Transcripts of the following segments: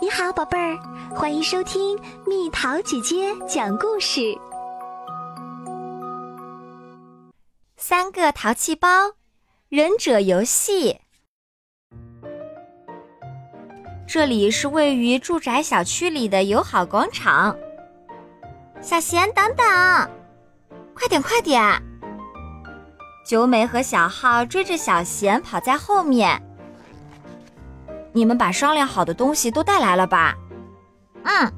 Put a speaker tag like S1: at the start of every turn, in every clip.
S1: 你好，宝贝儿，欢迎收听蜜桃姐姐讲故事。
S2: 三个淘气包，忍者游戏。这里是位于住宅小区里的友好广场。小贤，等等，快点，快点！九美和小浩追着小贤跑在后面。你们把商量好的东西都带来了吧？
S3: 嗯，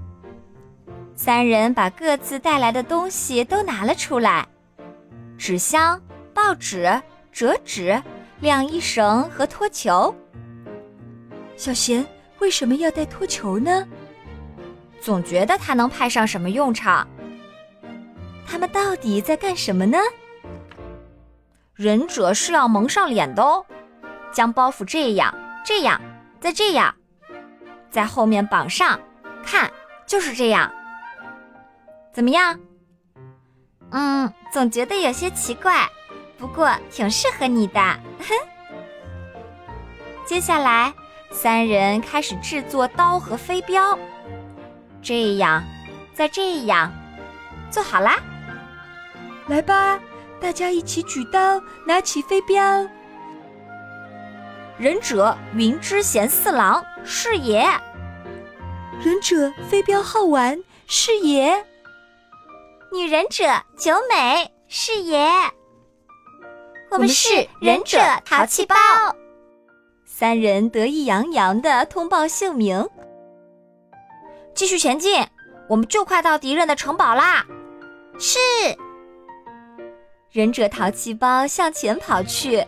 S2: 三人把各自带来的东西都拿了出来：纸箱、报纸、折纸、晾衣绳和拖球。
S4: 小贤为什么要带拖球呢？
S2: 总觉得它能派上什么用场。他们到底在干什么呢？忍者是要蒙上脸的哦，将包袱这样这样。再这样，在后面绑上，看，就是这样。怎么样？
S3: 嗯，
S2: 总觉得有些奇怪，不过挺适合你的。 接下来，三人开始制作刀和飞镖。这样，再这样，做好啦。
S4: 来吧，大家一起举刀，拿起飞镖。
S2: 忍者云之贤四郎是也，
S4: 忍者飞镖好玩是也，
S3: 女忍者九美是也，
S2: 我们是忍者淘气包。三人得意洋洋的通报姓名，继续前进，我们就快到敌人的城堡啦！
S3: 是，
S2: 忍者淘气包向前跑去。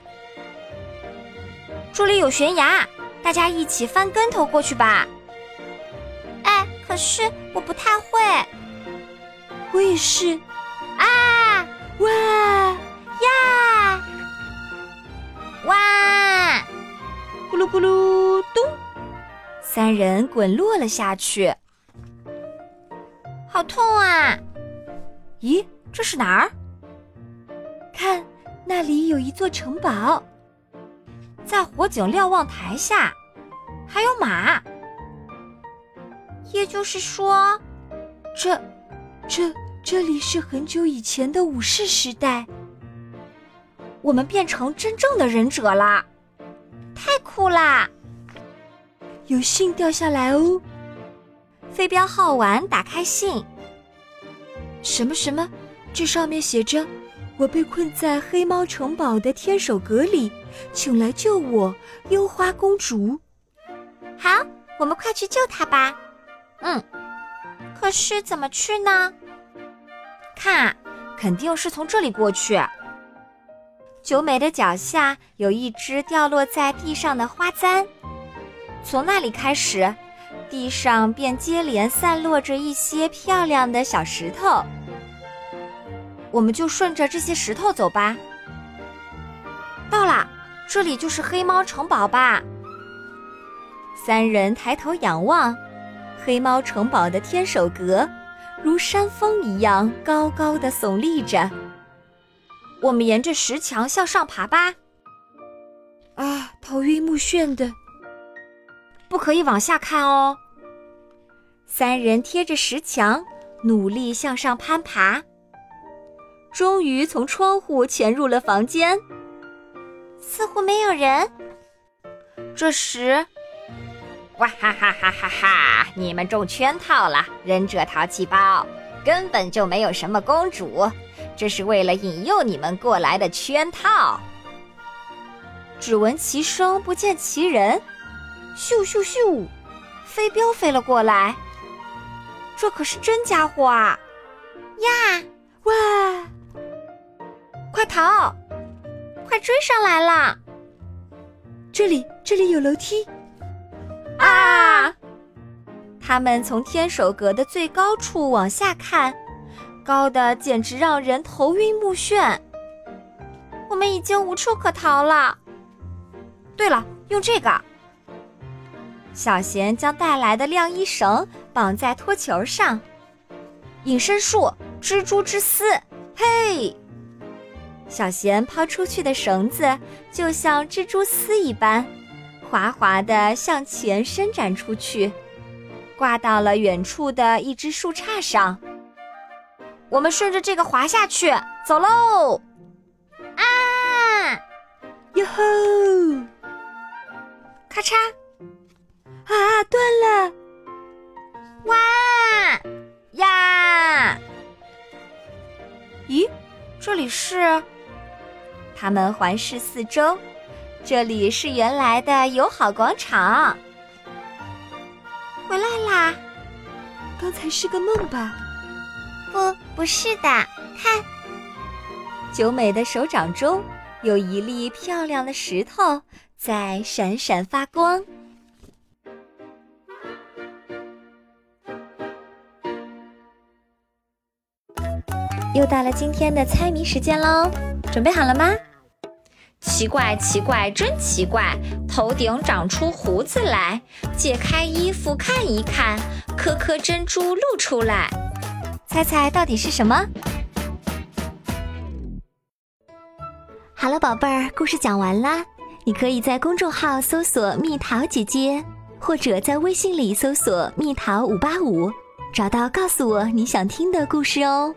S2: 这里有悬崖，大家一起翻跟头过去吧。
S3: 哎，可是我不太会。
S4: 我也是。
S3: 啊！
S4: 哇
S3: 呀！哇！
S4: 咕噜咕噜咚！
S2: 三人滚落了下去，
S3: 好痛啊！
S2: 咦，这是哪儿？
S4: 看，那里有一座城堡。
S2: 在火警瞭望台下，还有马。
S3: 也就是说，
S4: 这、这、这里是很久以前的武士时代。
S2: 我们变成真正的忍者啦，
S3: 太酷啦！
S4: 有信掉下来哦。
S2: 飞镖号玩打开信，
S4: 什么什么？这上面写着。我被困在黑猫城堡的天守阁里，请来救我，幽花公主。
S3: 好，我们快去救她吧。
S2: 嗯，
S3: 可是怎么去呢？
S2: 看，肯定是从这里过去。九美的脚下有一只掉落在地上的花簪，从那里开始，地上便接连散落着一些漂亮的小石头。我们就顺着这些石头走吧。到啦，这里就是黑猫城堡吧。三人抬头仰望，黑猫城堡的天守阁如山峰一样高高的耸立着。我们沿着石墙向上爬吧。
S4: 啊，头晕目眩的，
S2: 不可以往下看哦。三人贴着石墙，努力向上攀爬。终于从窗户潜入了房间，
S3: 似乎没有人。
S2: 这时，
S5: 哇哈哈哈哈哈！你们中圈套了，忍者淘气包，根本就没有什么公主，这是为了引诱你们过来的圈套。
S2: 只闻其声不见其人，咻咻咻，飞镖飞了过来。这可是真家伙啊！
S3: 呀，
S4: 哇！
S2: 快逃！快追上来啦！
S4: 这里，这里有楼梯
S2: 啊！他们从天守阁的最高处往下看，高的简直让人头晕目眩。
S3: 我们已经无处可逃了。
S2: 对了，用这个。小贤将带来的晾衣绳绑在拖球上，隐身术，蜘蛛之丝，嘿！小贤抛出去的绳子就像蜘蛛丝一般，滑滑地向前伸展出去，挂到了远处的一只树杈上。我们顺着这个滑下去，走喽！
S3: 啊！
S4: 哟吼！
S2: 咔嚓！
S4: 啊，断了！
S3: 哇！
S2: 呀！咦，这里是？他们环视四周，这里是原来的友好广场。回来啦！
S4: 刚才是个梦吧？
S3: 不，不是的，看，
S2: 九美的手掌中有一粒漂亮的石头在闪闪发光。又到了今天的猜谜时间喽，准备好了吗？
S5: 奇怪，奇怪，真奇怪！头顶长出胡子来，解开衣服看一看，颗颗珍珠露出来。
S2: 猜猜到底是什么？
S1: 好了，宝贝儿，故事讲完啦。你可以在公众号搜索“蜜桃姐姐”，或者在微信里搜索“蜜桃五八五”，找到告诉我你想听的故事哦。